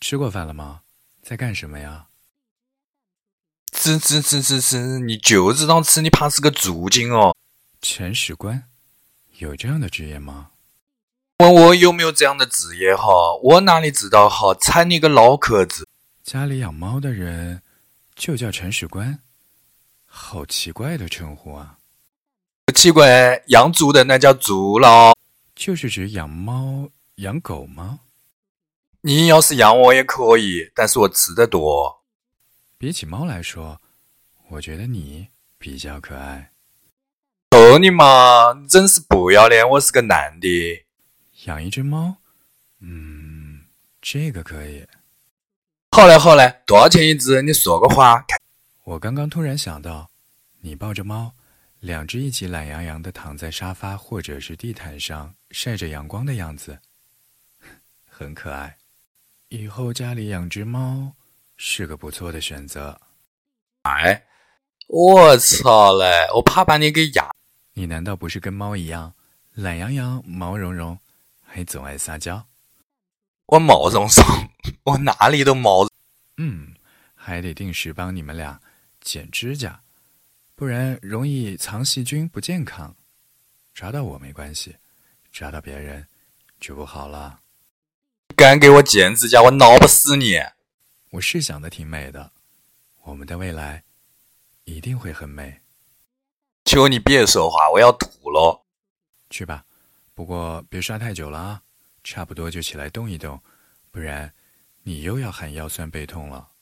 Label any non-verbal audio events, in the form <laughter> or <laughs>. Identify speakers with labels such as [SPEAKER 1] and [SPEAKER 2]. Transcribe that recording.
[SPEAKER 1] 吃过饭了吗？在干什么呀？
[SPEAKER 2] 吃吃吃吃吃，你就知道吃，你怕是个猪精哦！
[SPEAKER 1] 铲屎官，有这样的职业吗？
[SPEAKER 2] 问我有没有这样的职业哈？我哪里知道哈？踩你个脑壳子！
[SPEAKER 1] 家里养猫的人就叫铲屎官，好奇怪的称呼啊！
[SPEAKER 2] 奇怪，养猪的那叫猪佬，
[SPEAKER 1] 就是指养猫、养狗吗？
[SPEAKER 2] 你要是养我也可以，但是我吃的多。
[SPEAKER 1] 比起猫来说，我觉得你比较可爱。
[SPEAKER 2] 求哦你妈，你真是不要脸！我是个男的，
[SPEAKER 1] 养一只猫，嗯，这个可以。
[SPEAKER 2] 好嘞好嘞，多少钱一只？你说个话。
[SPEAKER 1] 我刚刚突然想到，你抱着猫，两只一起懒洋洋地躺在沙发或者是地毯上晒着阳光的样子， <laughs> 很可爱。以后家里养只猫是个不错的选择。
[SPEAKER 2] 我操嘞，我怕把你给压。
[SPEAKER 1] 你难道不是跟猫一样懒洋洋、毛茸茸，还总爱撒娇？
[SPEAKER 2] 我毛茸 <laughs> 茸，我哪里都毛茸。
[SPEAKER 1] 嗯，还得定时帮你们俩剪指甲，不然容易藏细菌，不健康。抓到我没关系，抓到别人就不好了。
[SPEAKER 2] 敢给我剪指甲，我挠不死你！
[SPEAKER 1] 我是想的挺美的，我们的未来一定会很美。
[SPEAKER 2] 求你别说话，我要吐了。
[SPEAKER 1] 去吧，不过别刷太久了啊，差不多就起来动一动，不然你又要喊腰酸背痛了。